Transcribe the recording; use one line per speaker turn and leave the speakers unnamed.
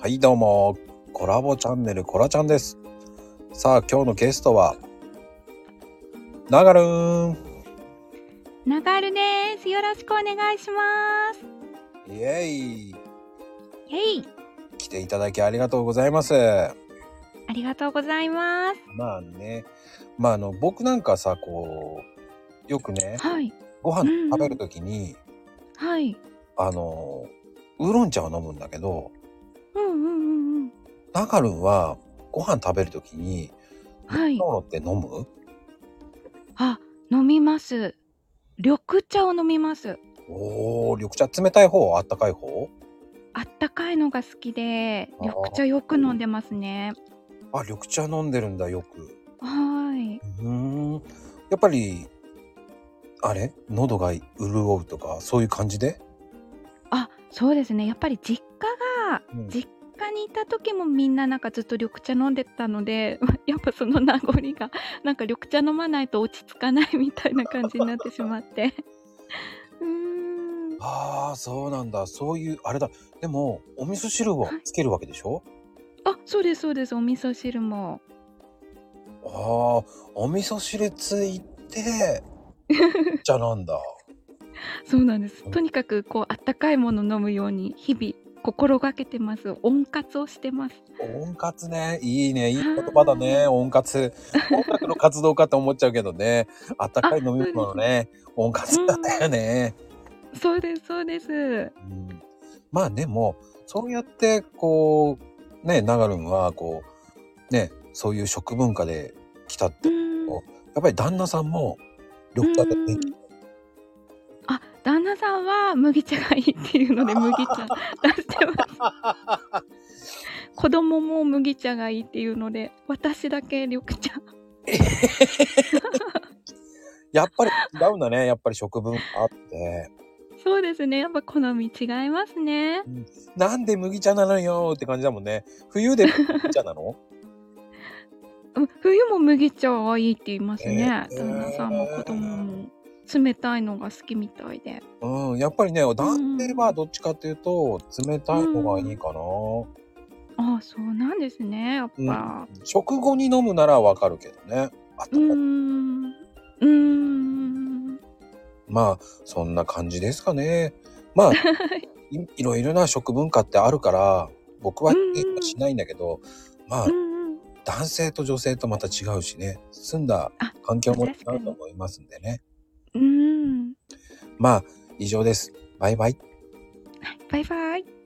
はい、どうも。コラボチャンネル、コラちゃんです。さあ、今日のゲストは、ながるーん。
ながるです。よろしくお願いします。
イエーイ。
へい、
来ていただきありがとうございます。
ありがとうございます。
まあね、まああの、僕なんかさ、こう、よくね、
はい、
ご飯食べるときに、
はい、
あの、ウーロン茶を飲むんだけど、
うんうんうんうん、
ながるんは、ご飯食べるときに、
はい
飲、むのって飲む
あ、飲みます。緑茶を飲みます。
おー、緑茶冷たい方あったかい方
あったかいのが好きで、
あー
緑茶よく飲んでますね。
あ、緑茶飲んでるんだ、よく。
はい、
うーんやっぱりあれ喉が潤うとかそういう感じで、
あ、そうですね。やっぱり実家が
うん
実家にいた時もみんななんかずっと緑茶飲んでたので やっぱその名残が なんか緑茶飲まないと落ち着かないみたいな感じになってしまって うーん
ああそうなんだそういうあれだでもお味噌汁をつけるわけでしょ、
あそうですそうですお味噌汁も
ああお味噌汁つい て茶なんだ
そうなんですとにかくこうあったかいもの飲むように日々心がけてます温活をしてます
温活ねいいねいい言葉だね温活音楽の活動かと思っちゃうけどねあったかい飲み物のね温活だったよね、
そうですそうです
うんまあでもそうやってこうね長るんはこうねそういう食文化で来たって
う
や
ん
おっぱり旦那さんも緑茶で
う
ね
んあ旦那さんは麦茶がいいっていう ので麦茶出してます子供も麦茶がいいっていうので私だけ緑茶
やっぱり違うんだねやっぱり食文化あって
そうですねやっぱ好み違いますね
なんで麦茶なのよって感じだもんね冬で麦茶なの
うん冬も麦茶はいいって言いますね、
えー
旦那さんも子供も冷たいのが好きみたいで
うんやっぱりね男性はどっちかっていうと冷たい方がいいかな、
ああそうなんですねやっぱ
食後に飲むならわかるけどねあった
うー
かい
んうーん
まあそんな感じですかね。 まあいいろいろな食文化ってあるから僕は
うんうん
否定はしないんだけど、まあ
うんうん
男性と女性とまた違うしね住んだ
あ
環境も違
確か
う
に
と思いますんでね。
うーん
まあ以上です。バイバイ。
はいバイバイ